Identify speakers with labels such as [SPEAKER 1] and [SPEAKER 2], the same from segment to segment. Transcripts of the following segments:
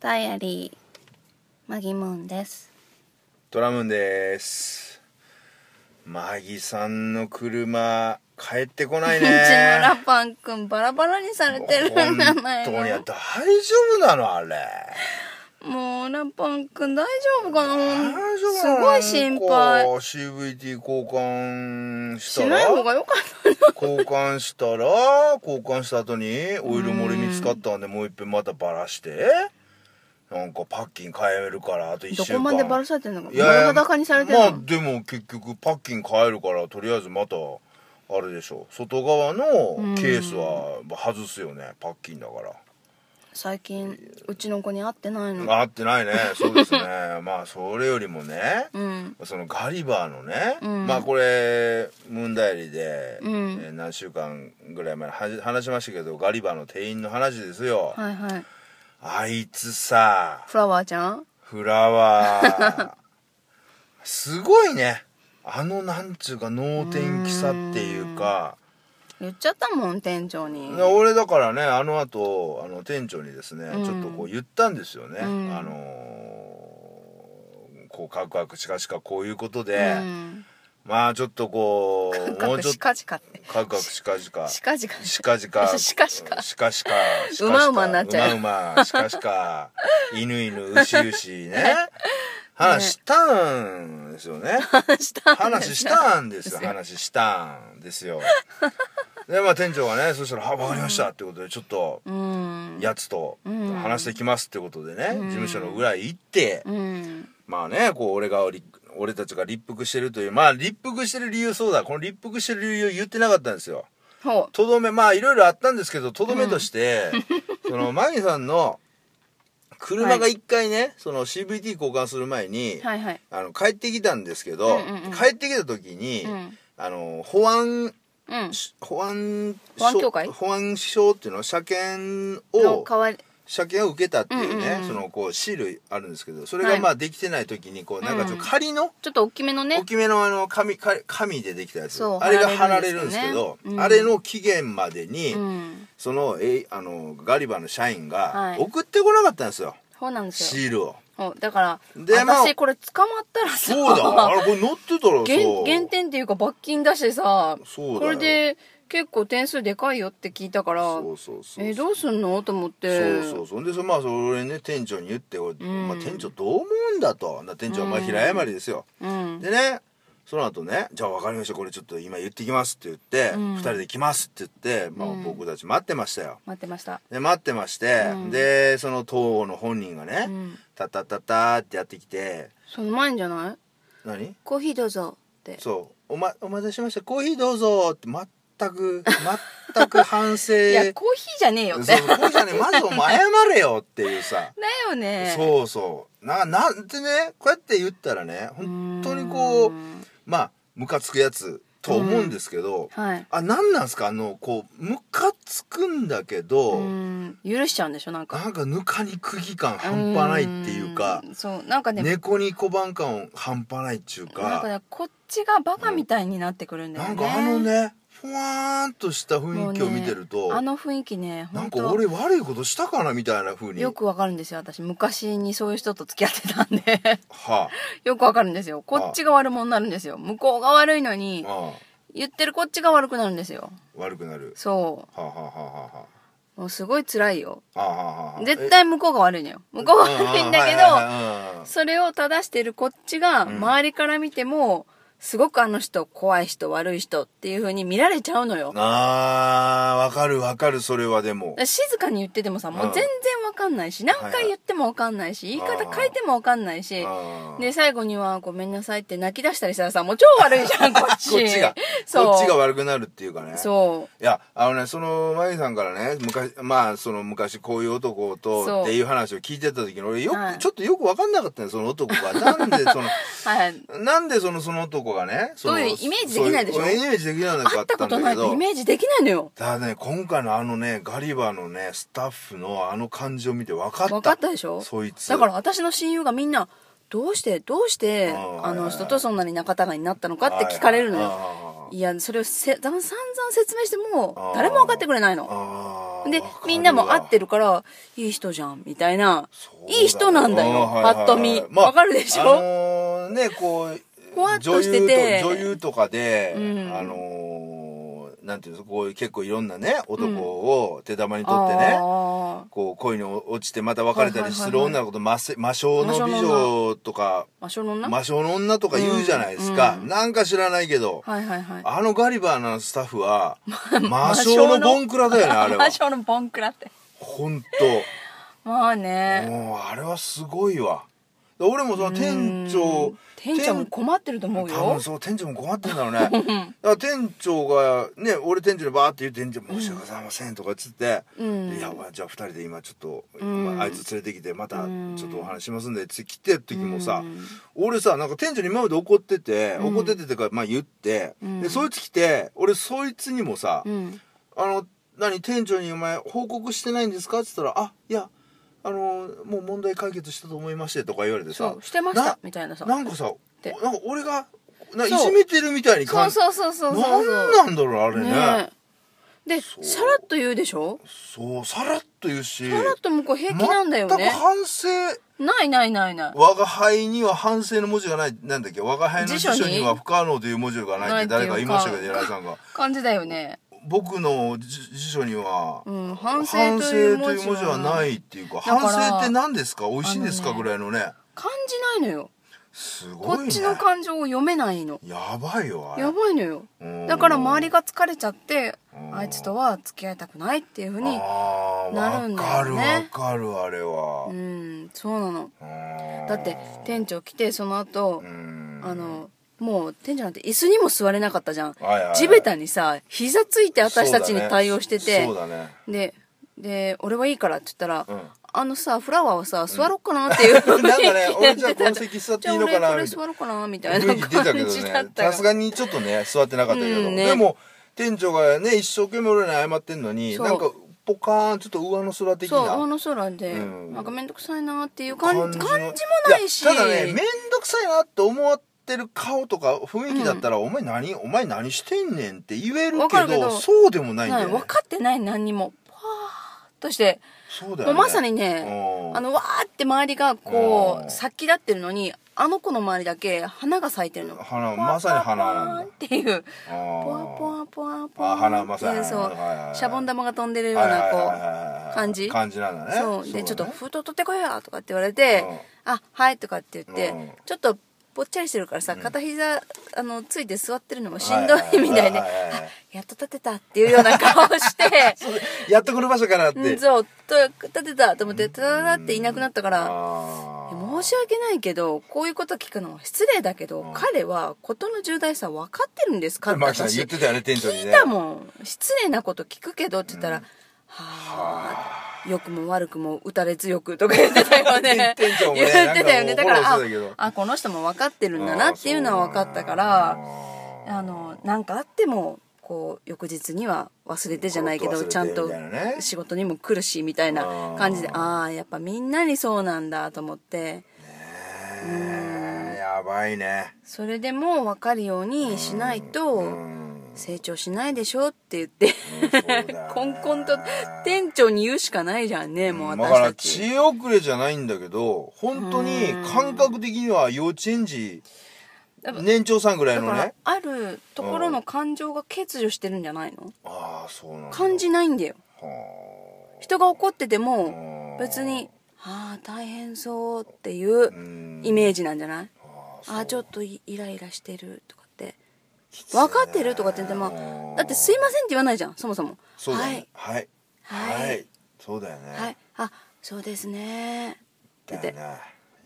[SPEAKER 1] ダイアリーマギムーンです
[SPEAKER 2] ドラムンですマギさんの車帰ってこないう
[SPEAKER 1] ち のラ
[SPEAKER 2] ね
[SPEAKER 1] パンくんバラバラにされてる
[SPEAKER 2] 本
[SPEAKER 1] んじゃない
[SPEAKER 2] 当に大丈
[SPEAKER 1] の
[SPEAKER 2] 夫なのあれ
[SPEAKER 1] もうラパンくん大丈夫かな
[SPEAKER 2] 大丈夫
[SPEAKER 1] す
[SPEAKER 2] なの
[SPEAKER 1] ごい心配
[SPEAKER 2] こう CVT 交換し
[SPEAKER 1] したない
[SPEAKER 2] ら
[SPEAKER 1] 方が良かったな
[SPEAKER 2] 交換したら交換した後にオイル漏れに使ったんでもう一遍またバラしてなんかパッキン変えるからあと1
[SPEAKER 1] ど
[SPEAKER 2] 週
[SPEAKER 1] こ
[SPEAKER 2] 間
[SPEAKER 1] までバラされてんのか
[SPEAKER 2] いやいや
[SPEAKER 1] 丸裸にされてるの、
[SPEAKER 2] まあでも結局パッキン変えるからとりあえずまたあれでしょ外側のケースは外すよね、パッキンだから
[SPEAKER 1] 最近うちの子に会ってないの
[SPEAKER 2] 合っ てないねそうですねまあそれよりもね
[SPEAKER 1] うん
[SPEAKER 2] そのガリバーのね、
[SPEAKER 1] うん
[SPEAKER 2] まあこれムーンダイリーで、
[SPEAKER 1] うん
[SPEAKER 2] えー何週間ぐらい前にはじ話しましたけどガリバーの店員の話ですよ、
[SPEAKER 1] はいはい
[SPEAKER 2] あいつさ
[SPEAKER 1] フラワーちゃん
[SPEAKER 2] フラワーすごいねあのなんちゅうか能天気さっていうか
[SPEAKER 1] 言っちゃったもん店長に
[SPEAKER 2] で俺だからねあの後あの店長にですね、
[SPEAKER 1] うん
[SPEAKER 2] ちょっとこう言ったんですよね、
[SPEAKER 1] うん
[SPEAKER 2] あのーこうカクカクしかしかこういうこと
[SPEAKER 1] う
[SPEAKER 2] で、
[SPEAKER 1] ん
[SPEAKER 2] まあちょっとこ
[SPEAKER 1] カク
[SPEAKER 2] う
[SPEAKER 1] カ
[SPEAKER 2] もう
[SPEAKER 1] ク
[SPEAKER 2] ちょっ
[SPEAKER 1] シ
[SPEAKER 2] と
[SPEAKER 1] カチカって
[SPEAKER 2] カクカクしかしか
[SPEAKER 1] シカ チカ
[SPEAKER 2] しかじか。
[SPEAKER 1] しかしか
[SPEAKER 2] しかしか。しかしか
[SPEAKER 1] うまうまになっちゃう
[SPEAKER 2] うまうま。しかしか。犬犬、うしうしね。話したんですよね。
[SPEAKER 1] した
[SPEAKER 2] 話したんですよ。話したんですよ。で、まあ店長がね、そしたら、あ、わかりましたってことで、ちょっと、
[SPEAKER 1] うん
[SPEAKER 2] やつと
[SPEAKER 1] うん
[SPEAKER 2] 話してきますってことでね、
[SPEAKER 1] う
[SPEAKER 2] 事
[SPEAKER 1] ん
[SPEAKER 2] 務所の裏へ行って、
[SPEAKER 1] うん
[SPEAKER 2] まあね、こう、俺がり、俺たちが立腹してるという、まあ立腹してる理由そうだ、この立腹してる理由言ってなかったんですよ。
[SPEAKER 1] ほ
[SPEAKER 2] とどめまあいろいろあったんですけどとどめ として、そのマギさんの車が一回ね、その CVT 交換する前に、
[SPEAKER 1] うはいはい
[SPEAKER 2] あの帰ってきたんですけど、
[SPEAKER 1] うんうんうん
[SPEAKER 2] 帰ってきた時に、
[SPEAKER 1] うん
[SPEAKER 2] あの保安
[SPEAKER 1] うん
[SPEAKER 2] 保安
[SPEAKER 1] 保安協会
[SPEAKER 2] 証保安証っていうの車検
[SPEAKER 1] の
[SPEAKER 2] を
[SPEAKER 1] 代わり
[SPEAKER 2] 車検を受けたっていうね、
[SPEAKER 1] うんうんうん
[SPEAKER 2] そのこうシールあるんですけどそれ
[SPEAKER 1] は
[SPEAKER 2] が
[SPEAKER 1] い
[SPEAKER 2] まあできてない時にこうなんかちょっと仮の、
[SPEAKER 1] ちょっと大きめのね
[SPEAKER 2] 大きめのあの紙紙紙でできたやつ
[SPEAKER 1] そう
[SPEAKER 2] あれが
[SPEAKER 1] 貼
[SPEAKER 2] 貼
[SPEAKER 1] ら
[SPEAKER 2] ら
[SPEAKER 1] れ
[SPEAKER 2] れ
[SPEAKER 1] る
[SPEAKER 2] る
[SPEAKER 1] ん
[SPEAKER 2] ん
[SPEAKER 1] で
[SPEAKER 2] ですす
[SPEAKER 1] よね
[SPEAKER 2] けど、
[SPEAKER 1] うん
[SPEAKER 2] あれの期限までに、
[SPEAKER 1] うん
[SPEAKER 2] そのえいあのガリバーの社員
[SPEAKER 1] は
[SPEAKER 2] が
[SPEAKER 1] い
[SPEAKER 2] 送ってこなかったんですよ、
[SPEAKER 1] そうなんですよ
[SPEAKER 2] シールを
[SPEAKER 1] ほうだから
[SPEAKER 2] でまあ
[SPEAKER 1] 私これ捕まったらさ
[SPEAKER 2] そ うだあれこれ乗ってたらそ
[SPEAKER 1] 減
[SPEAKER 2] う
[SPEAKER 1] 減点っていうか罰金出してさ
[SPEAKER 2] そうだよ
[SPEAKER 1] これで結構点数でかいよって聞いたから
[SPEAKER 2] そうそうそう
[SPEAKER 1] えどうすんのと思って
[SPEAKER 2] そうそうそうでそまあそれね店長に言って俺、
[SPEAKER 1] ん
[SPEAKER 2] まあ、店長どう思うんだとな店長はまあ
[SPEAKER 1] うん
[SPEAKER 2] 平謝りですよ、
[SPEAKER 1] うん
[SPEAKER 2] でねその後ね「じゃあ分かりましたこれちょっと今言ってきます」って言って、
[SPEAKER 1] うん
[SPEAKER 2] 二人で来ますって言って、まあ、僕たち待ってましたよ、
[SPEAKER 1] 待ってました
[SPEAKER 2] で待ってまして、
[SPEAKER 1] うん
[SPEAKER 2] でその党の本人がね、
[SPEAKER 1] うん
[SPEAKER 2] タタタタってやってきて
[SPEAKER 1] その前んじゃない
[SPEAKER 2] 何
[SPEAKER 1] コーヒーどうぞって
[SPEAKER 2] そうお,、ま、お待たせしましたコーヒーどうぞって全く全く反省
[SPEAKER 1] いやコーヒーじゃねえよ
[SPEAKER 2] そ
[SPEAKER 1] っ
[SPEAKER 2] う
[SPEAKER 1] てだ
[SPEAKER 2] そうコーヒーじゃねえまずお前謝れよっていうさ、
[SPEAKER 1] よ ね
[SPEAKER 2] そうそうななんてねこうやって言ったらね本当にこ
[SPEAKER 1] う
[SPEAKER 2] う
[SPEAKER 1] ん
[SPEAKER 2] まあムカつくやつと思うんですけど、
[SPEAKER 1] はい
[SPEAKER 2] あ何なんすかあのこうムカつくんだけど、
[SPEAKER 1] うん許しちゃうんでしょなんか
[SPEAKER 2] なんかぬかに釘感半端ないっていうか、
[SPEAKER 1] んそうなんかね
[SPEAKER 2] 猫に小判感半端ないっちゅう
[SPEAKER 1] なんか
[SPEAKER 2] か
[SPEAKER 1] ねこっちがバカみたいになってくるんだよ
[SPEAKER 2] な
[SPEAKER 1] ね
[SPEAKER 2] んかあのねふわーんとした雰囲気を見てる
[SPEAKER 1] もう
[SPEAKER 2] と、
[SPEAKER 1] ねあの雰囲気ね
[SPEAKER 2] なん
[SPEAKER 1] 本
[SPEAKER 2] か
[SPEAKER 1] 当
[SPEAKER 2] 俺悪いことしたかなみたいな風に
[SPEAKER 1] よくわかるんですよ私昔にそういう人と付き合ってたんで
[SPEAKER 2] は
[SPEAKER 1] よくわかるんですよこっちが悪者になるんですよ向こうが悪いのに
[SPEAKER 2] あ、あ
[SPEAKER 1] 言ってるこっちが悪くなるんですよ
[SPEAKER 2] 悪くなる
[SPEAKER 1] そ
[SPEAKER 2] はあ、はあはあはあは
[SPEAKER 1] うもうすごい辛いよ
[SPEAKER 2] あ、はあはあはあ
[SPEAKER 1] 絶対向こうが悪いのよ向こうが悪いんだけ
[SPEAKER 2] う
[SPEAKER 1] ど
[SPEAKER 2] ん
[SPEAKER 1] それを正してるこっちが
[SPEAKER 2] うん
[SPEAKER 1] 周りから見てもすごくあの人怖い人悪い人っていう風に見られちゃうのよ
[SPEAKER 2] あーわかるわかるそれはでも
[SPEAKER 1] 静かに言っててもさもう全然わかんないし何回言ってもわかんないし言い方変えてもわかんないし
[SPEAKER 2] あー
[SPEAKER 1] で最後には「ごめんなさい」って泣き出したりしたらさもう超悪いじゃん こっち
[SPEAKER 2] こっちが
[SPEAKER 1] そう
[SPEAKER 2] こっちが悪くなるっていうかね
[SPEAKER 1] そう
[SPEAKER 2] いやあのねそのマギさんからね昔まあその昔こういう男
[SPEAKER 1] そう
[SPEAKER 2] とっていう話を聞いてた時に俺よく、
[SPEAKER 1] はい
[SPEAKER 2] ちょっとよく分かんなかったねその男がなんでその
[SPEAKER 1] はい
[SPEAKER 2] なんでそのその男がねその
[SPEAKER 1] そういうイメージできないでしょ
[SPEAKER 2] そういうイメージできないの
[SPEAKER 1] 会
[SPEAKER 2] か
[SPEAKER 1] ったことないとイ
[SPEAKER 2] だ
[SPEAKER 1] メージできないのよ
[SPEAKER 2] からね今回のあのねガリバーのねスタッフのあの感じを見て分かった
[SPEAKER 1] 分かったでしょ
[SPEAKER 2] そいつ
[SPEAKER 1] だから私の親友がみんなどうしてどうして
[SPEAKER 2] あー
[SPEAKER 1] あの人とそんなに仲違いになったのか
[SPEAKER 2] はい
[SPEAKER 1] って聞かれるのよ
[SPEAKER 2] あ
[SPEAKER 1] いやそれをせ散々説明しても
[SPEAKER 2] あー
[SPEAKER 1] 誰も分かってくれない
[SPEAKER 2] ー
[SPEAKER 1] の
[SPEAKER 2] あ
[SPEAKER 1] でみんなも合ってる
[SPEAKER 2] る
[SPEAKER 1] からいい人じゃんみたいな
[SPEAKER 2] そうだね
[SPEAKER 1] いい人なんだよ
[SPEAKER 2] あーはいはいはい
[SPEAKER 1] ぱっと見
[SPEAKER 2] まあ
[SPEAKER 1] わかるでしょ
[SPEAKER 2] あのーねこう
[SPEAKER 1] ふわっとしてて
[SPEAKER 2] 女優と女優とかで、
[SPEAKER 1] うん
[SPEAKER 2] あのーなんていうんですかこういう結構いろんなね男を手玉に取ってね、
[SPEAKER 1] あー
[SPEAKER 2] こう恋に落ちてまた別れたり
[SPEAKER 1] はいは
[SPEAKER 2] する
[SPEAKER 1] いはいはい
[SPEAKER 2] 女の子と魔せ魔性の美
[SPEAKER 1] 魔性の
[SPEAKER 2] 女とか
[SPEAKER 1] 魔性の女、
[SPEAKER 2] 魔性の女とか言うじゃないですか、
[SPEAKER 1] うんうん
[SPEAKER 2] なんか知らないけど、
[SPEAKER 1] はいはいはい
[SPEAKER 2] あのガリバーのスタッフは魔性のボンクラだよねあ れは
[SPEAKER 1] 魔性のボンクラって
[SPEAKER 2] 本
[SPEAKER 1] まあ
[SPEAKER 2] 当
[SPEAKER 1] ね
[SPEAKER 2] もうあれはすごいわ俺もその店
[SPEAKER 1] う
[SPEAKER 2] 長
[SPEAKER 1] ん店長も困ってると思う
[SPEAKER 2] 多
[SPEAKER 1] よ
[SPEAKER 2] 分そう店長も困ってんだろ うねだから店長がね俺店長にバーって言う店長「申し訳ございません」とかっつって「
[SPEAKER 1] うん
[SPEAKER 2] いやまあじゃあ2人で今ちょっと、
[SPEAKER 1] うん
[SPEAKER 2] まあ、あいつ連れてきてまた
[SPEAKER 1] うん
[SPEAKER 2] ちょっとお話しますんで」つって来てる時もさ、
[SPEAKER 1] うん
[SPEAKER 2] 俺さなんか店長に今まで怒ってて、
[SPEAKER 1] うん
[SPEAKER 2] 怒っててとかまあ言って、
[SPEAKER 1] うん
[SPEAKER 2] でそいつ来て俺そいつにもさ「
[SPEAKER 1] うん
[SPEAKER 2] あの何店長にお前報告してないんですか?」っつったら「あいやあのもう問題解決したと思いまして」とか言われてさ
[SPEAKER 1] そうしてまし
[SPEAKER 2] な
[SPEAKER 1] たみたいなさ
[SPEAKER 2] なんかさ
[SPEAKER 1] て
[SPEAKER 2] なんか俺がないじ
[SPEAKER 1] そう
[SPEAKER 2] めてるみたいに
[SPEAKER 1] そう
[SPEAKER 2] 感
[SPEAKER 1] そうそうそうそうそう
[SPEAKER 2] なんなんだろうあれね
[SPEAKER 1] ねえで
[SPEAKER 2] そう
[SPEAKER 1] さらっと言うでしょ
[SPEAKER 2] そうさらっと言うし
[SPEAKER 1] さらっと向こう平気なんだよ
[SPEAKER 2] 全
[SPEAKER 1] ね
[SPEAKER 2] く反省
[SPEAKER 1] ないないないない
[SPEAKER 2] 我が輩には反省の文字がないなんだっけ我が輩の辞書
[SPEAKER 1] 辞書に
[SPEAKER 2] には不可能という文字がないって誰か言いましたけど
[SPEAKER 1] ないっていうか
[SPEAKER 2] 柳井さんが
[SPEAKER 1] 感じだよね
[SPEAKER 2] 僕の辞辞書には
[SPEAKER 1] うん反省
[SPEAKER 2] 反
[SPEAKER 1] と
[SPEAKER 2] 省
[SPEAKER 1] いう
[SPEAKER 2] と
[SPEAKER 1] 文
[SPEAKER 2] いう
[SPEAKER 1] 字
[SPEAKER 2] 文字は
[SPEAKER 1] は
[SPEAKER 2] な
[SPEAKER 1] ない
[SPEAKER 2] いっていうか
[SPEAKER 1] から
[SPEAKER 2] 反省って何ですか美味しいんですか
[SPEAKER 1] あのね
[SPEAKER 2] ぐらいのね
[SPEAKER 1] 感じないのよ
[SPEAKER 2] すごい
[SPEAKER 1] こっ
[SPEAKER 2] ね
[SPEAKER 1] ちの感情を読めないの
[SPEAKER 2] やばいよあれ
[SPEAKER 1] やばいのよ
[SPEAKER 2] うん
[SPEAKER 1] だから周りが疲れちゃって
[SPEAKER 2] うん
[SPEAKER 1] あいつとは付き合いたくないっていうふうに
[SPEAKER 2] あー
[SPEAKER 1] なるんだよね
[SPEAKER 2] わかるわかるあれは
[SPEAKER 1] う、んそうなの
[SPEAKER 2] うん
[SPEAKER 1] だって店長来てその後
[SPEAKER 2] うん
[SPEAKER 1] あのもう店長なんて椅子にも座れなかったじゃん
[SPEAKER 2] はいはいはい
[SPEAKER 1] 地べたにさ膝ついて私たちに対応してて
[SPEAKER 2] そうだね
[SPEAKER 1] でで俺はいいからって言ったら、
[SPEAKER 2] うん
[SPEAKER 1] あのさフラワーはさ座ろっかなっていう、、
[SPEAKER 2] そうだね、うん、 なんかね俺じゃあこの席座っていいのかな
[SPEAKER 1] じゃあ俺これ座
[SPEAKER 2] みたい
[SPEAKER 1] ろうかなみた
[SPEAKER 2] ない雰
[SPEAKER 1] な
[SPEAKER 2] 囲気出たけ
[SPEAKER 1] 感
[SPEAKER 2] ど
[SPEAKER 1] じだ
[SPEAKER 2] ね
[SPEAKER 1] った
[SPEAKER 2] さすがにちょっとね座ってなかったけど、
[SPEAKER 1] うんね
[SPEAKER 2] でも店長がね一生懸命俺らに謝ってんのに
[SPEAKER 1] そう
[SPEAKER 2] なんかポカーンちょっと上の空的
[SPEAKER 1] そう
[SPEAKER 2] な
[SPEAKER 1] あの空で、
[SPEAKER 2] うん
[SPEAKER 1] なんか面倒くさいなっていう感感じ
[SPEAKER 2] の
[SPEAKER 1] もないし
[SPEAKER 2] やただね面倒くさいなって思ってる顔とか雰囲気だったら、お前何お前何してんねんって言える
[SPEAKER 1] わ
[SPEAKER 2] け
[SPEAKER 1] か
[SPEAKER 2] ど
[SPEAKER 1] るけど
[SPEAKER 2] そうでもないんだよ、ね
[SPEAKER 1] 分かってない何にもパーッとして、
[SPEAKER 2] そう
[SPEAKER 1] も
[SPEAKER 2] だよ、
[SPEAKER 1] う
[SPEAKER 2] ね、
[SPEAKER 1] まさにね
[SPEAKER 2] うん
[SPEAKER 1] あのわーって周りがこ
[SPEAKER 2] う
[SPEAKER 1] うん殺気立ってるのにあの子の周りだけ花が咲いてるの
[SPEAKER 2] 花まさに花なんだ
[SPEAKER 1] ポワポワポワっていう
[SPEAKER 2] ポ
[SPEAKER 1] ポワポワポワポワ
[SPEAKER 2] あ花まさに
[SPEAKER 1] そう、
[SPEAKER 2] はいはいはい
[SPEAKER 1] シャボン玉が飛んでるようなこう、
[SPEAKER 2] う
[SPEAKER 1] 感じ
[SPEAKER 2] 感じなんだね
[SPEAKER 1] そうで
[SPEAKER 2] だね
[SPEAKER 1] ちょっと封筒取ってこいよとかって言われて「あはい」とかって言って、
[SPEAKER 2] うん
[SPEAKER 1] ちょっとぽっちゃりしてるからさ片膝、あのついて座ってるのもしんど
[SPEAKER 2] はいはい
[SPEAKER 1] いみたいで「
[SPEAKER 2] はいはいはい
[SPEAKER 1] あやっと立てた」っていうような顔 して
[SPEAKER 2] やっと来る場所かな
[SPEAKER 1] 「
[SPEAKER 2] っ
[SPEAKER 1] う
[SPEAKER 2] て
[SPEAKER 1] んそうと立てた」と思ってタララっていなくなったから。
[SPEAKER 2] あー
[SPEAKER 1] 申し訳ないけどこういうこと聞くのは失礼だけど、
[SPEAKER 2] うん
[SPEAKER 1] 彼は事の重大さ分かってるんですかって
[SPEAKER 2] マキさん
[SPEAKER 1] 私
[SPEAKER 2] 言ってたよね店長にね
[SPEAKER 1] 聞いたもん失礼なこと聞くけどって言ったら「はあ良くも悪くも打たれ強く」とか言ってたよね
[SPEAKER 2] 店長もね
[SPEAKER 1] 言ってたよねだ
[SPEAKER 2] なん
[SPEAKER 1] か
[SPEAKER 2] か
[SPEAKER 1] らあ
[SPEAKER 2] もうフォローしてたけど
[SPEAKER 1] あこの人も分かってるんだなっていうのは分かったから
[SPEAKER 2] あ
[SPEAKER 1] あのなんかあってもこう翌日には忘れてじゃないけ
[SPEAKER 2] コロ
[SPEAKER 1] ど
[SPEAKER 2] ッ
[SPEAKER 1] ち
[SPEAKER 2] と
[SPEAKER 1] ゃ
[SPEAKER 2] 忘れ
[SPEAKER 1] ん
[SPEAKER 2] てみ
[SPEAKER 1] と
[SPEAKER 2] たいなね
[SPEAKER 1] 仕事にも来るしみたいな感じで
[SPEAKER 2] あ
[SPEAKER 1] ああやっぱみんなにそうなんだと思って
[SPEAKER 2] ーやばいね
[SPEAKER 1] それでも分かるようにしない
[SPEAKER 2] うん
[SPEAKER 1] と成長しないでしょって言って。
[SPEAKER 2] うんそうだよね
[SPEAKER 1] コンコンと店長に言うしかないじゃんね、もう
[SPEAKER 2] だか
[SPEAKER 1] 私
[SPEAKER 2] ら
[SPEAKER 1] たち。
[SPEAKER 2] 知恵遅れじゃないんだけど本当に感覚的には幼稚園児
[SPEAKER 1] だから
[SPEAKER 2] 年長さんぐらい
[SPEAKER 1] だ
[SPEAKER 2] の
[SPEAKER 1] から
[SPEAKER 2] ね、
[SPEAKER 1] あるところの感情が欠如してるんじゃないの
[SPEAKER 2] ああそうなんだ
[SPEAKER 1] 感じないんだよ。
[SPEAKER 2] は
[SPEAKER 1] 人が怒ってて
[SPEAKER 2] あ
[SPEAKER 1] も、
[SPEAKER 2] うん
[SPEAKER 1] 別に、ああ、大変そうっていう
[SPEAKER 2] うん
[SPEAKER 1] イメージなんじゃない
[SPEAKER 2] あ
[SPEAKER 1] あ
[SPEAKER 2] そう
[SPEAKER 1] あ、ちょっとイイライラしてるとかって。分かってるとかって言っても、だってすいませんって言わないじゃん、そもそも。
[SPEAKER 2] そうだ
[SPEAKER 1] は
[SPEAKER 2] ね
[SPEAKER 1] い。
[SPEAKER 2] はい
[SPEAKER 1] はい
[SPEAKER 2] そうだよね
[SPEAKER 1] はい。あ、そうですね。って
[SPEAKER 2] だ
[SPEAKER 1] 言っ
[SPEAKER 2] よ
[SPEAKER 1] て
[SPEAKER 2] ね。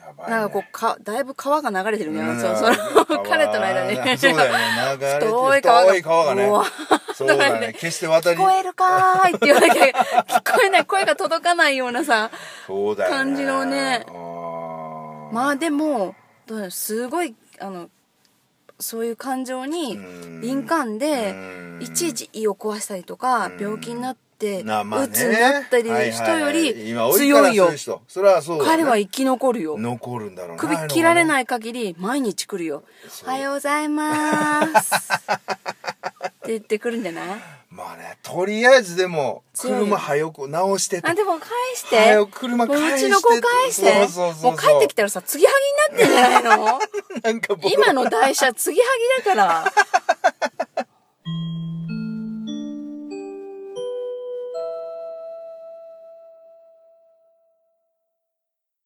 [SPEAKER 2] やばいね
[SPEAKER 1] なんかこうかだいぶ川が流れてるね、
[SPEAKER 2] うん
[SPEAKER 1] そうその
[SPEAKER 2] 川
[SPEAKER 1] 彼との間に
[SPEAKER 2] そうだよね流れてる
[SPEAKER 1] 太い川が
[SPEAKER 2] 太い川がね
[SPEAKER 1] うわ
[SPEAKER 2] そうだね決して渡
[SPEAKER 1] 聞
[SPEAKER 2] り
[SPEAKER 1] こえるかーいって言わなきゃ聞こえない声が届かないようなさ
[SPEAKER 2] そうだよね
[SPEAKER 1] 感じのね
[SPEAKER 2] あー
[SPEAKER 1] まあでもどうだろうすごいあのそういう感情に
[SPEAKER 2] うん
[SPEAKER 1] 敏感で
[SPEAKER 2] うん
[SPEAKER 1] いちいち胃を壊したりとか
[SPEAKER 2] ん
[SPEAKER 1] 病気になってうつに
[SPEAKER 2] なまあね
[SPEAKER 1] なったり人より
[SPEAKER 2] はは今多
[SPEAKER 1] 強
[SPEAKER 2] から
[SPEAKER 1] いよ
[SPEAKER 2] そうう人それはそうだね
[SPEAKER 1] 彼は生き残るよ
[SPEAKER 2] 残るんだろうな
[SPEAKER 1] 首切られ
[SPEAKER 2] い
[SPEAKER 1] ない限り毎日来るよ「お
[SPEAKER 2] そう
[SPEAKER 1] はようございます」って言ってくるんじゃない
[SPEAKER 2] まあねとりあえずでも
[SPEAKER 1] 強いよ
[SPEAKER 2] 車早く直してと
[SPEAKER 1] あ、でも返して。
[SPEAKER 2] 早く車返して
[SPEAKER 1] もううちの子返して。
[SPEAKER 2] そうそうそうそう
[SPEAKER 1] もう帰 ってきたらさ、継ぎはぎになってんじゃないの
[SPEAKER 2] なんかボロ
[SPEAKER 1] 今の台車、継ぎはぎだから。